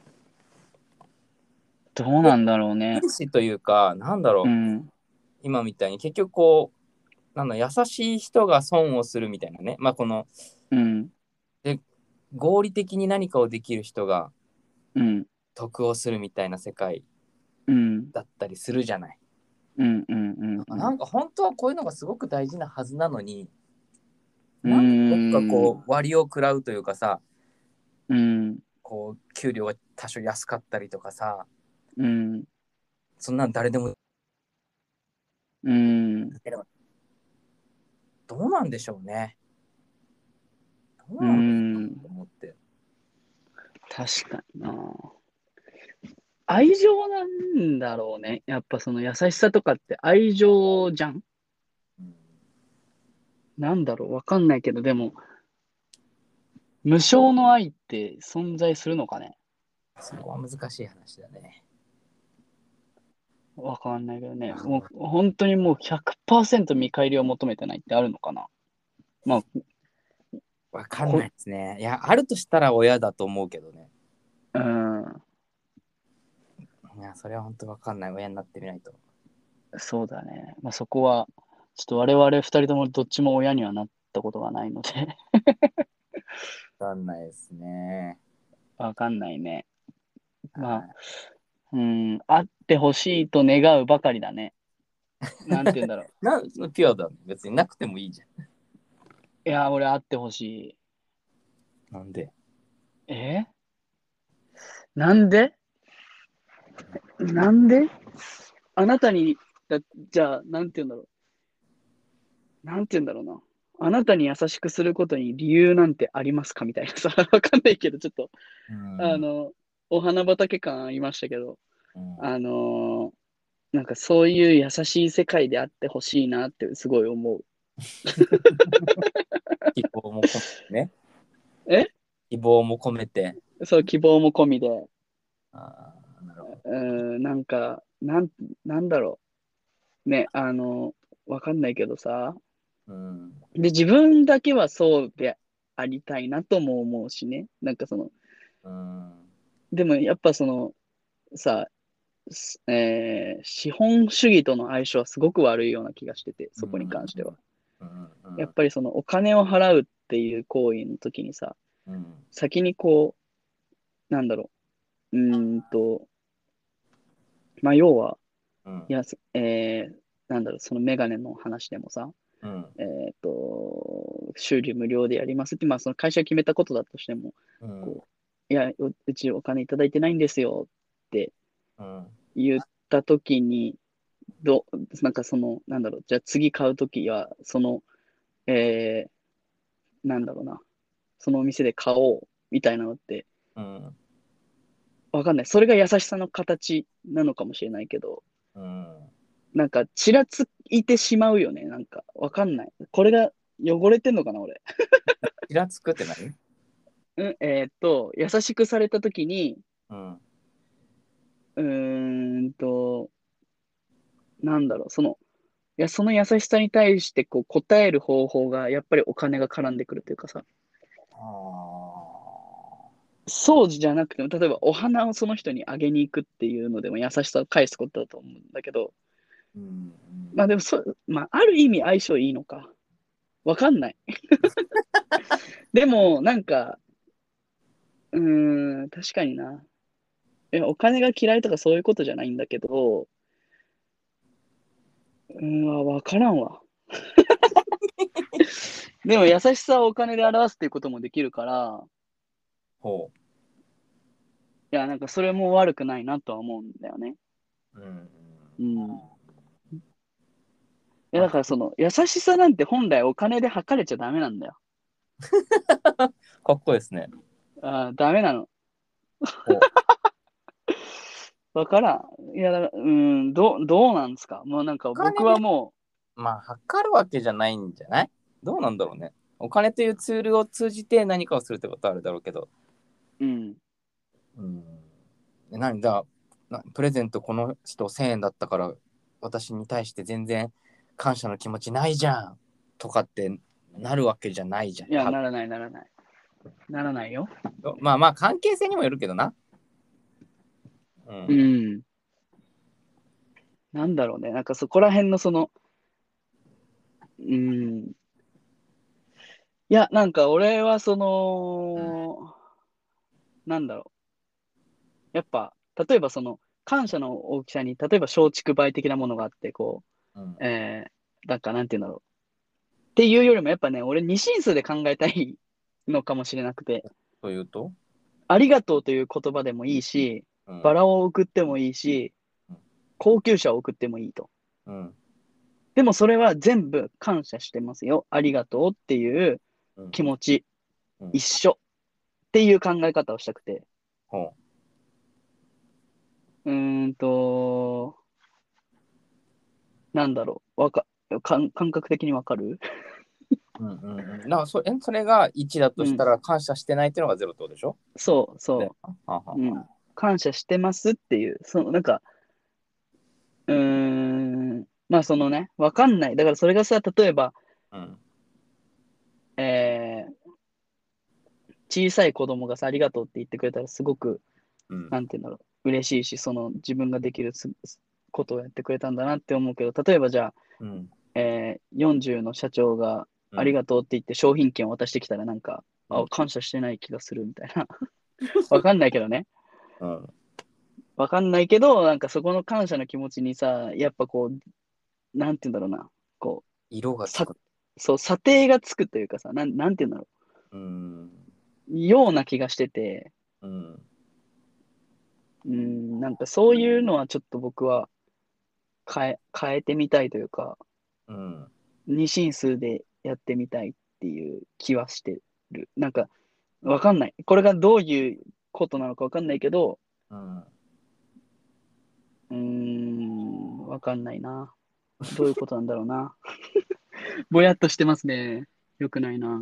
Speaker 2: どうなんだろうね。
Speaker 1: 軽視というか、なんだろう、
Speaker 2: うん、
Speaker 1: 今みたいに結局こう、なんだ、優しい人が損をするみたいなね、まあこの
Speaker 2: うん、
Speaker 1: 合理的に何かをできる人が
Speaker 2: うん、
Speaker 1: 得をするみたいな世界
Speaker 2: うん、
Speaker 1: だったりするじゃない。
Speaker 2: うん、うん、うん。
Speaker 1: なんか本当はこういうのがすごく大事なはずなのに、
Speaker 2: う
Speaker 1: なん
Speaker 2: ん
Speaker 1: かこう割を食らうというかさ、
Speaker 2: うん、
Speaker 1: こう給料が多少安かったりとかさ、
Speaker 2: うん、
Speaker 1: そんなん誰でも
Speaker 2: うん。
Speaker 1: どうなんでしょうね。どう
Speaker 2: う
Speaker 1: なんだ
Speaker 2: ん
Speaker 1: ろうと思って。
Speaker 2: 確かにな。愛情なんだろうね。やっぱその優しさとかって愛情じゃんなんだろうわかんないけど、でも、無償の愛って存在するのかね
Speaker 1: そこは難しい話だね。
Speaker 2: わかんないけどね。もう本当にもう100%見返りを求めてないってあるのかな
Speaker 1: わかんないですね。いや、あるとしたら親だと思うけどね。
Speaker 2: うん、
Speaker 1: いや、それは本当わかんない。親になってみないと。
Speaker 2: そうだね。まあ、そこは、ちょっと我々二人ともどっちも親にはなったことがないので、 *laughs*
Speaker 1: わかんないですね。
Speaker 2: わかんないね。ま
Speaker 1: は
Speaker 2: あ
Speaker 1: い、
Speaker 2: うん、あってほしいと願うばかりだね。なんて言うんだろ *laughs* う。
Speaker 1: なピュアだね。別になくてもいいじ
Speaker 2: いや、俺、あってほし
Speaker 1: ゃん。なんで
Speaker 2: い。えなんでなんであなたに、だじゃあ、なんて言うんだろう。なんて言うんだろうな。あなたに優しくすることに理由なんてありますかみたいなさ、 *laughs* わかんないけど、ちょっと、あ、の、お花畑感ありましたけど、
Speaker 1: うん
Speaker 2: あのーなんかそういう優しい世界であってほしいなってすごい思う。
Speaker 1: 希望も込めてね。
Speaker 2: え
Speaker 1: 希望も込めて。
Speaker 2: そう、希望も込みで、
Speaker 1: あーなるほど
Speaker 2: うん、なんか、なん、なんだろう。ね、あの、わかんないけどさ。
Speaker 1: うん
Speaker 2: で、自分だけはそうでありたいなとも思うしね。なんかその、
Speaker 1: うん
Speaker 2: でもやっぱその、さ、すえー資本主義との相性はすごく悪いような気がしてて、そこに関しては。
Speaker 1: うんうん
Speaker 2: やっぱりそのお金を払うっていう行為の時にさ、
Speaker 1: うん
Speaker 2: 先にこう、なんだろう、うーんと、まあ、要は、
Speaker 1: うん
Speaker 2: いや、すえー、なんだろう、そのメガネの話でもさ、
Speaker 1: うん
Speaker 2: えーと、修理無料でやりますって、まあ、その会社が決めたことだとしても、
Speaker 1: うん
Speaker 2: こいや、ううちお金いただいてないんですよ、
Speaker 1: うん
Speaker 2: 言った時に、ど、なんかその、なんだろう、じゃあ次買う時は、その、えー、なんだろうな、そのお店で買おう、みたいなのって、
Speaker 1: うん
Speaker 2: わかんない。それが優しさの形なのかもしれないけど、
Speaker 1: うん
Speaker 2: なんか、ちらついてしまうよね。なんか、わかんない。これが汚れてんのかな、俺。
Speaker 1: ちらつくって何
Speaker 2: うん、えーっと、優しくされたときに、
Speaker 1: うん
Speaker 2: うーんと、なんだろう、その、いや、その優しさに対して、こう、答える方法が、やっぱりお金が絡んでくるというかさ、
Speaker 1: あー
Speaker 2: そうじゃなくても、例えばお花をその人にあげに行くっていうのでも優しさを返すことだと思うんだけど、
Speaker 1: うん
Speaker 2: まあでもそ、まあ、ある意味相性いいのか。わかんない。 *laughs* でも、なんか、うーん、確かにな。いや、お金が嫌いとかそういうことじゃないんだけど、うーん、わからんわ。でも、優しさをお金で表すっていうこともできるから、
Speaker 1: ほ
Speaker 2: いや、なんかそれも悪くないなとは思うんだよね。
Speaker 1: う。うん。
Speaker 2: うん。いや、だからその、優しさなんて本来お金で測れちゃダメなんだよ。
Speaker 1: かっこいいですね。
Speaker 2: あーダメなの
Speaker 1: お。
Speaker 2: わからん。いや、だからうん、どう、どうなんですかもうなんか
Speaker 1: 金で
Speaker 2: 僕はも
Speaker 1: まあ、測るわけじゃないんじゃないどうなんだろうね。お金というツールを通じて何かをするってことはあるだろうけど。
Speaker 2: う、うん。
Speaker 1: うん。え何だなプレゼントこの人1000円だったから私に対して全然感謝の気持ちないじゃんとかってなるわけじゃないじゃん。
Speaker 2: いや、
Speaker 1: 多分
Speaker 2: ならない、ならない。ならないよ。
Speaker 1: まあまあ関係性にもよるけどな。うん。
Speaker 2: うん。なんだろうね。なんかそこら辺のその、うん。いや、なんか俺はその、なんだろう。やっぱ、例えばその、感謝の大きさに、例えば松竹梅的なものがあって、こ
Speaker 1: うん
Speaker 2: う、えー、なんかなんて言うんだろう。っていうよりも、やっぱね、俺、二進数で考えたいのかもしれなくて、
Speaker 1: というと、
Speaker 2: ありがとうという言葉でもいいし、
Speaker 1: うん、
Speaker 2: バラを送ってもいいし
Speaker 1: うん、
Speaker 2: 高級車を送ってもいいと。
Speaker 1: うん。
Speaker 2: でもそれは全部感謝してますよ。ありがとうっていう
Speaker 1: うん
Speaker 2: 気持ち
Speaker 1: うん、
Speaker 2: 一緒っていう考え方をしたくて。
Speaker 1: ほ
Speaker 2: うーんと、なんだろう。わか感感覚的にわかる
Speaker 1: う。うんうんうん。なそえそれが1だとしたら感謝してないっていうのが0ってことでしょ、
Speaker 2: そうそ
Speaker 1: ね
Speaker 2: う。
Speaker 1: はあはあ
Speaker 2: うん感謝してますっていう、そのなんか、うーん、まあそのね、わかんない。だからそれがさ、例えば、
Speaker 1: うん
Speaker 2: えー小さい子供がさ、ありがとうって言ってくれたら、すごく、
Speaker 1: うん
Speaker 2: なんて言うんだろう、嬉しいし、その自分ができるすすことをやってくれたんだなって思うけど、例えばじゃあ、
Speaker 1: うん
Speaker 2: えー40の社長がありがとうって言って商品券を渡してきたら、なんか、
Speaker 1: うん
Speaker 2: あ、感謝してない気がするみたいな。わかんないけどね。
Speaker 1: うん
Speaker 2: わかんないけど、なんかそこの感謝の気持ちにさ、やっぱこう、なんて言うんだろうな、こ
Speaker 1: 色がつく。
Speaker 2: う、そう、査定がつくというかさ、なんなんて言うんだろ
Speaker 1: うん
Speaker 2: う、ような気がしてて、
Speaker 1: うん
Speaker 2: うん、なんかそういうのはちょっと僕は変え、変えてみたいというか、
Speaker 1: うん
Speaker 2: 二進数でやってみたいっていう気はしてる。なんか、わかんない。これがどういうことなのかわかんないけど、
Speaker 1: うん
Speaker 2: うーん、わかんないな。どういうことなんだろうな。 *laughs* ぼやっとしてますね。よくないな。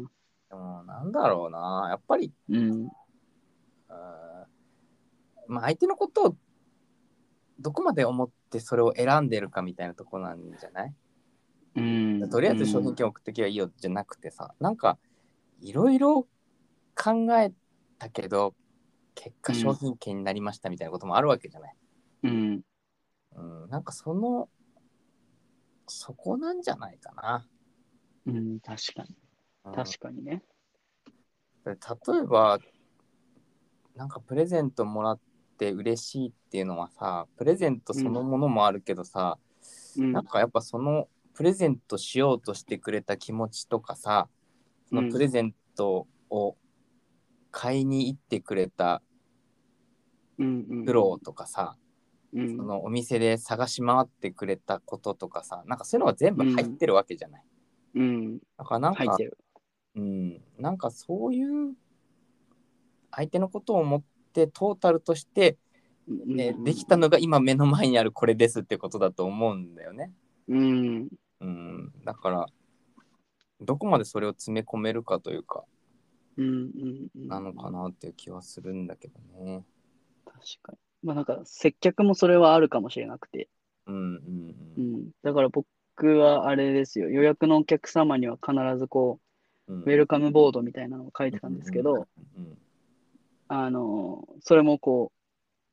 Speaker 1: でもなんだろうなやっぱり、
Speaker 2: うん。
Speaker 1: うんまあ、相手のことをどこまで思ってそれを選んでるかみたいなとこなんじゃない、
Speaker 2: うん。
Speaker 1: とりあえず商品
Speaker 2: うん
Speaker 1: 券送ってきゃいいよじゃなくてさなんかいろいろ考えたけど結果
Speaker 2: うん
Speaker 1: 商品券になりましたみたいなこともあるわけじゃない、
Speaker 2: うん。
Speaker 1: うん、なんかそのそこなんじゃないかな。
Speaker 2: うん。確かに。
Speaker 1: うん
Speaker 2: 確かにね。
Speaker 1: 例えばなんかプレゼントもらって嬉しいっていうのはさプレゼントそのものもあるけどさ、
Speaker 2: うん
Speaker 1: なんかやっぱそのプレゼントしようとしてくれた気持ちとかさそのプレゼントを買いに行ってくれた
Speaker 2: うん。うん
Speaker 1: 苦労とかさ、
Speaker 2: うん
Speaker 1: そのお店で探し回ってくれたこととかさなんかそういうのが全部入ってるわけじゃない。
Speaker 2: うん。
Speaker 1: だからなん
Speaker 2: 入
Speaker 1: か
Speaker 2: ってる。
Speaker 1: うん、なんかそういう相手のことを思ってトータルとして、ね
Speaker 2: うん
Speaker 1: できたのが今目の前にあるこれですってことだと思うんだよね。
Speaker 2: うん、
Speaker 1: うん、だからどこまでそれを詰め込めるかというか
Speaker 2: うん、うん。うん
Speaker 1: なのかなっていう気はするんだけどね。
Speaker 2: 確かに。まあなんか、接客もそれはあるかもしれなくて。
Speaker 1: うんう
Speaker 2: うんん。だから僕はあれですよ。予約のお客様には必ずこ
Speaker 1: うん。
Speaker 2: う、ウェルカムボードみたいなのを書いてたんですけど、
Speaker 1: うん
Speaker 2: あの、それもこ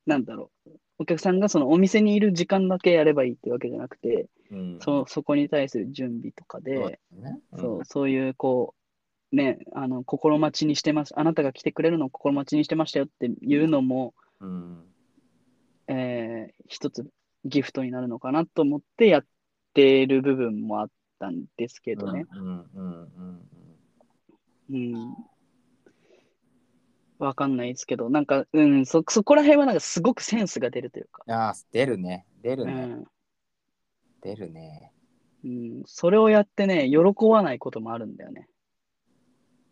Speaker 2: う、なんだろう。お客さんがそのお店にいる時間だけやればいいってわけじゃなくて、
Speaker 1: うん、
Speaker 2: そそこに対する準備とか
Speaker 1: そう
Speaker 2: で、
Speaker 1: だね
Speaker 2: そうそういうこう、ね、あの心待ちにしてます、あなたが来てくれるのを心待ちにしてましたよっていうのも、
Speaker 1: うん
Speaker 2: えー一つギフトになるのかなと思ってやってる部分もあったんですけどね。
Speaker 1: うんうんうんうんうん
Speaker 2: うん。わかんないですけど、なんか、うん、そ、そこら辺はなんかすごくセンスが出るというか、
Speaker 1: ああ、出るね。出る
Speaker 2: う
Speaker 1: ね。
Speaker 2: ん、
Speaker 1: 出るね。
Speaker 2: うん、それをやってね、喜ばないこともあるんだよね。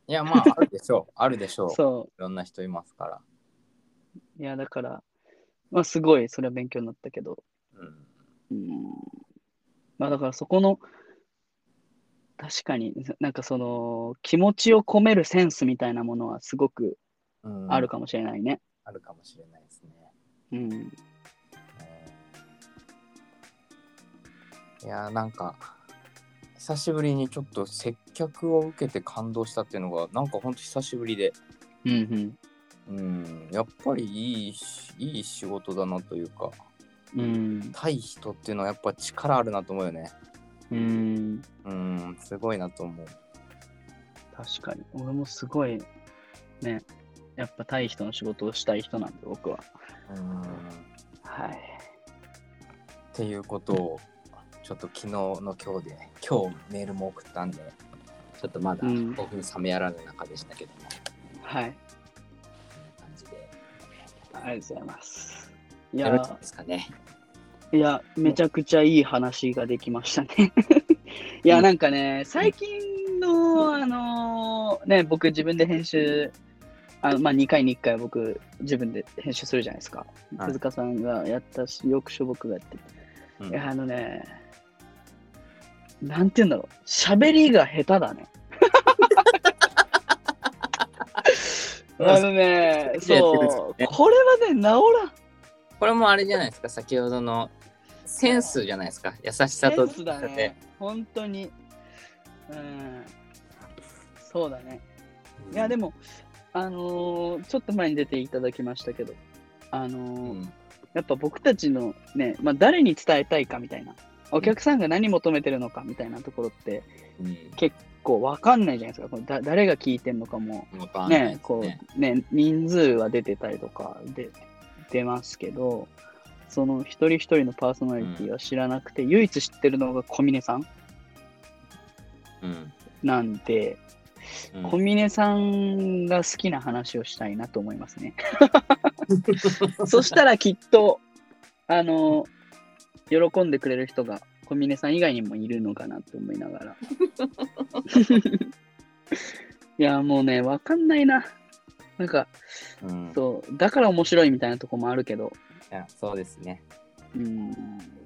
Speaker 1: いや、ま
Speaker 2: *laughs*
Speaker 1: あ、あるでしょう。あるでしょう。い
Speaker 2: そ
Speaker 1: ろんな人いますから。
Speaker 2: う。いや、だから、まあ、すごい、それは勉強になったけど、
Speaker 1: うん。
Speaker 2: うん、まあ、だからそこの、確かになんかその、気持ちを込めるセンスみたいなものはすごく
Speaker 1: うん、
Speaker 2: あるかもしれないね。
Speaker 1: あるかもしれないですね。
Speaker 2: うん。
Speaker 1: うんいやーなんか久しぶりにちょっと接客を受けて感動したっていうのがなんかほんと久しぶりで
Speaker 2: うんうん。
Speaker 1: うんやっぱりいいしいい仕事だなというか
Speaker 2: うん。
Speaker 1: 対人っていうのはやっぱ力あるなと思うよね
Speaker 2: うん。
Speaker 1: うんすごいなと思う
Speaker 2: 確かに。俺もすごい、ね、やっぱ対人の仕事をしたい人なんで、僕は。
Speaker 1: うんっ
Speaker 2: はい。
Speaker 1: ていうことをちょっと昨日の今日で今日メールも送ったんでちょっとまだ
Speaker 2: うん
Speaker 1: 興奮冷めやらぬ中でしたけども、
Speaker 2: はい。
Speaker 1: こんな感じで
Speaker 2: ありがとうございます。い
Speaker 1: よろしい
Speaker 2: や、
Speaker 1: ですかね
Speaker 2: いや、めちゃくちゃいい話ができましたね。いや、なんかね、最近の、あのーね、僕自分で編集、あまあ、2回に1回僕自分で編集するじゃないですか。
Speaker 1: はい
Speaker 2: 手塚さんがやったし、よくしょ僕がやってて
Speaker 1: うん
Speaker 2: いや、あのね、なんて言うんだろう、喋りが下手
Speaker 1: *laughs*
Speaker 2: だね。あのね、そう、これはね、治らん。
Speaker 1: これもあれじゃないですか、先ほどのセンスじゃないですか、優しさ
Speaker 2: セ
Speaker 1: と。
Speaker 2: ンスだね、本当に。うん、そうだね。いや、で
Speaker 1: も、
Speaker 2: も、あのーちょっと前に出ていただきましたけど、あの
Speaker 1: う
Speaker 2: ー
Speaker 1: ん
Speaker 2: やっぱ僕たちのね、まあ、誰に伝えたいかみたいな、お客さんが何求めてるのかみたいなところって、
Speaker 1: うん
Speaker 2: こう分かんないじゃないですかこうだ誰が聞いてんのかも
Speaker 1: わかんないです
Speaker 2: ねこうね人数は出てたりとかで出ますけどその一人一人のパーソナリティは知らなくて、唯一知ってるのが小峰さん
Speaker 1: うん
Speaker 2: なんで、
Speaker 1: うん
Speaker 2: 小峰さんが好きな話をしたいなと思いますねそしたらきっとあの喜んでくれる人が小峰さん以外にもいるのかなと思いながらいやもうねわかんないななんか
Speaker 1: うん
Speaker 2: そうだから面白いみたいなとこもあるけど
Speaker 1: いやそうですね。
Speaker 2: うん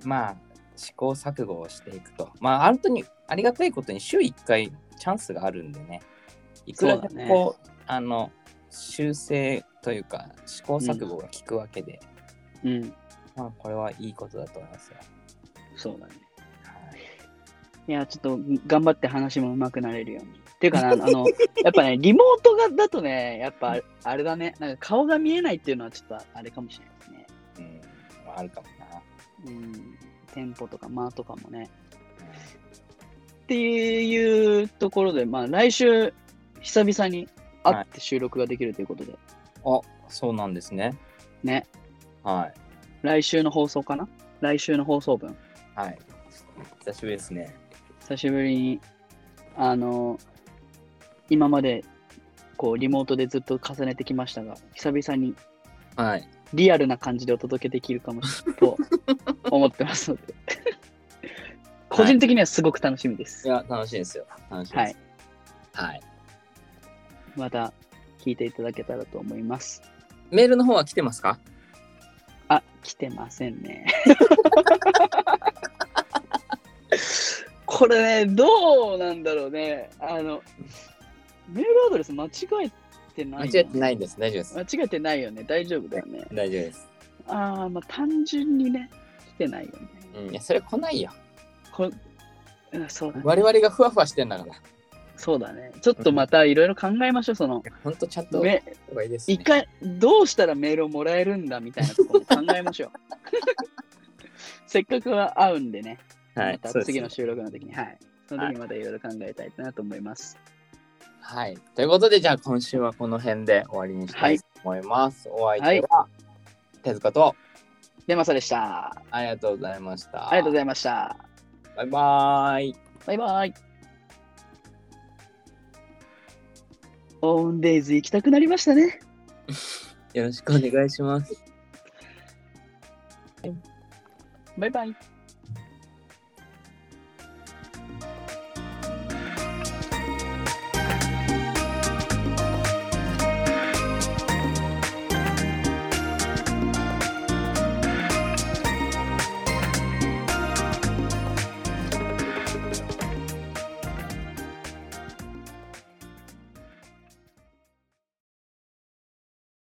Speaker 1: まあ、試行錯誤をしていくと。まあ、本当にありがたいことに週1回チャンスがあるんでね、いくらで
Speaker 2: そうだね
Speaker 1: もこう、あの、修正というか、試行錯誤が効くわけで、
Speaker 2: うん
Speaker 1: まあ、これはいいことだと思いますよ。
Speaker 2: そうだね
Speaker 1: はい
Speaker 2: いやちょっと頑張って話も上手くなれるようにっていうかなあのやっぱねリモートがだとねやっぱあれだねなんか顔が見えないっていうのはちょっとあれかもしれないですね
Speaker 1: うん、まああるかもな。
Speaker 2: うんテンポとか間とかもねっていうところでまあ来週久々に会って収録ができるということで、
Speaker 1: あそうなんですね。
Speaker 2: ね
Speaker 1: はい。
Speaker 2: 来週の放送かな来週の放送分
Speaker 1: はい。久しぶりですね。
Speaker 2: 久しぶりにあの今までこうリモートでずっと重ねてきましたが久々に
Speaker 1: はい。
Speaker 2: リアルな感じでお届けできるかもしれないと思ってます *laughs* ので個人的にはすごく楽しみで
Speaker 1: い
Speaker 2: す、
Speaker 1: や、楽しいですよ。楽しいです。
Speaker 2: は
Speaker 1: は
Speaker 2: い。
Speaker 1: い。
Speaker 2: また聞いていただけたらと思います
Speaker 1: メールの方は来てますか
Speaker 2: あ来てませんね *laughs* これねどうなんだろうねあのメールアドレス間違えてない
Speaker 1: 間
Speaker 2: よ
Speaker 1: 違
Speaker 2: ね
Speaker 1: えてないんです。大丈夫です
Speaker 2: 間。違えてないよね。大丈夫だよね。
Speaker 1: 大丈夫です。
Speaker 2: ああ、まあ単純にね、来てないよね。
Speaker 1: うん、いや、それ来ないよ。
Speaker 2: こうんそうだね。
Speaker 1: 我々がふわふわしてんだから。
Speaker 2: そうだね。ちょっとまたいろいろ考えましょう。
Speaker 1: *laughs*
Speaker 2: その、
Speaker 1: ほんとちゃんと
Speaker 2: め
Speaker 1: 方がいいです、ね。
Speaker 2: 一回、どうしたらメールをもらえるんだみたいなとこも考えま
Speaker 1: *laughs*
Speaker 2: しょう。せっかくは会うんでね。
Speaker 1: はい。
Speaker 2: ま
Speaker 1: そう
Speaker 2: た
Speaker 1: です
Speaker 2: 次の収録の時に。はい。その時またいろいろ考えたいなと思います。
Speaker 1: はい。ということで、じゃあ今週はこの辺で終わりにしたいと思います。お相手は、手塚と、
Speaker 2: で、まさでした。
Speaker 1: ありがとうございました。
Speaker 2: ありがとうございました。
Speaker 1: バイバーイ。
Speaker 2: バイバイ。オウンデイズ行きたくなりましたね。
Speaker 1: よろしくお願いします。
Speaker 2: バイバイ。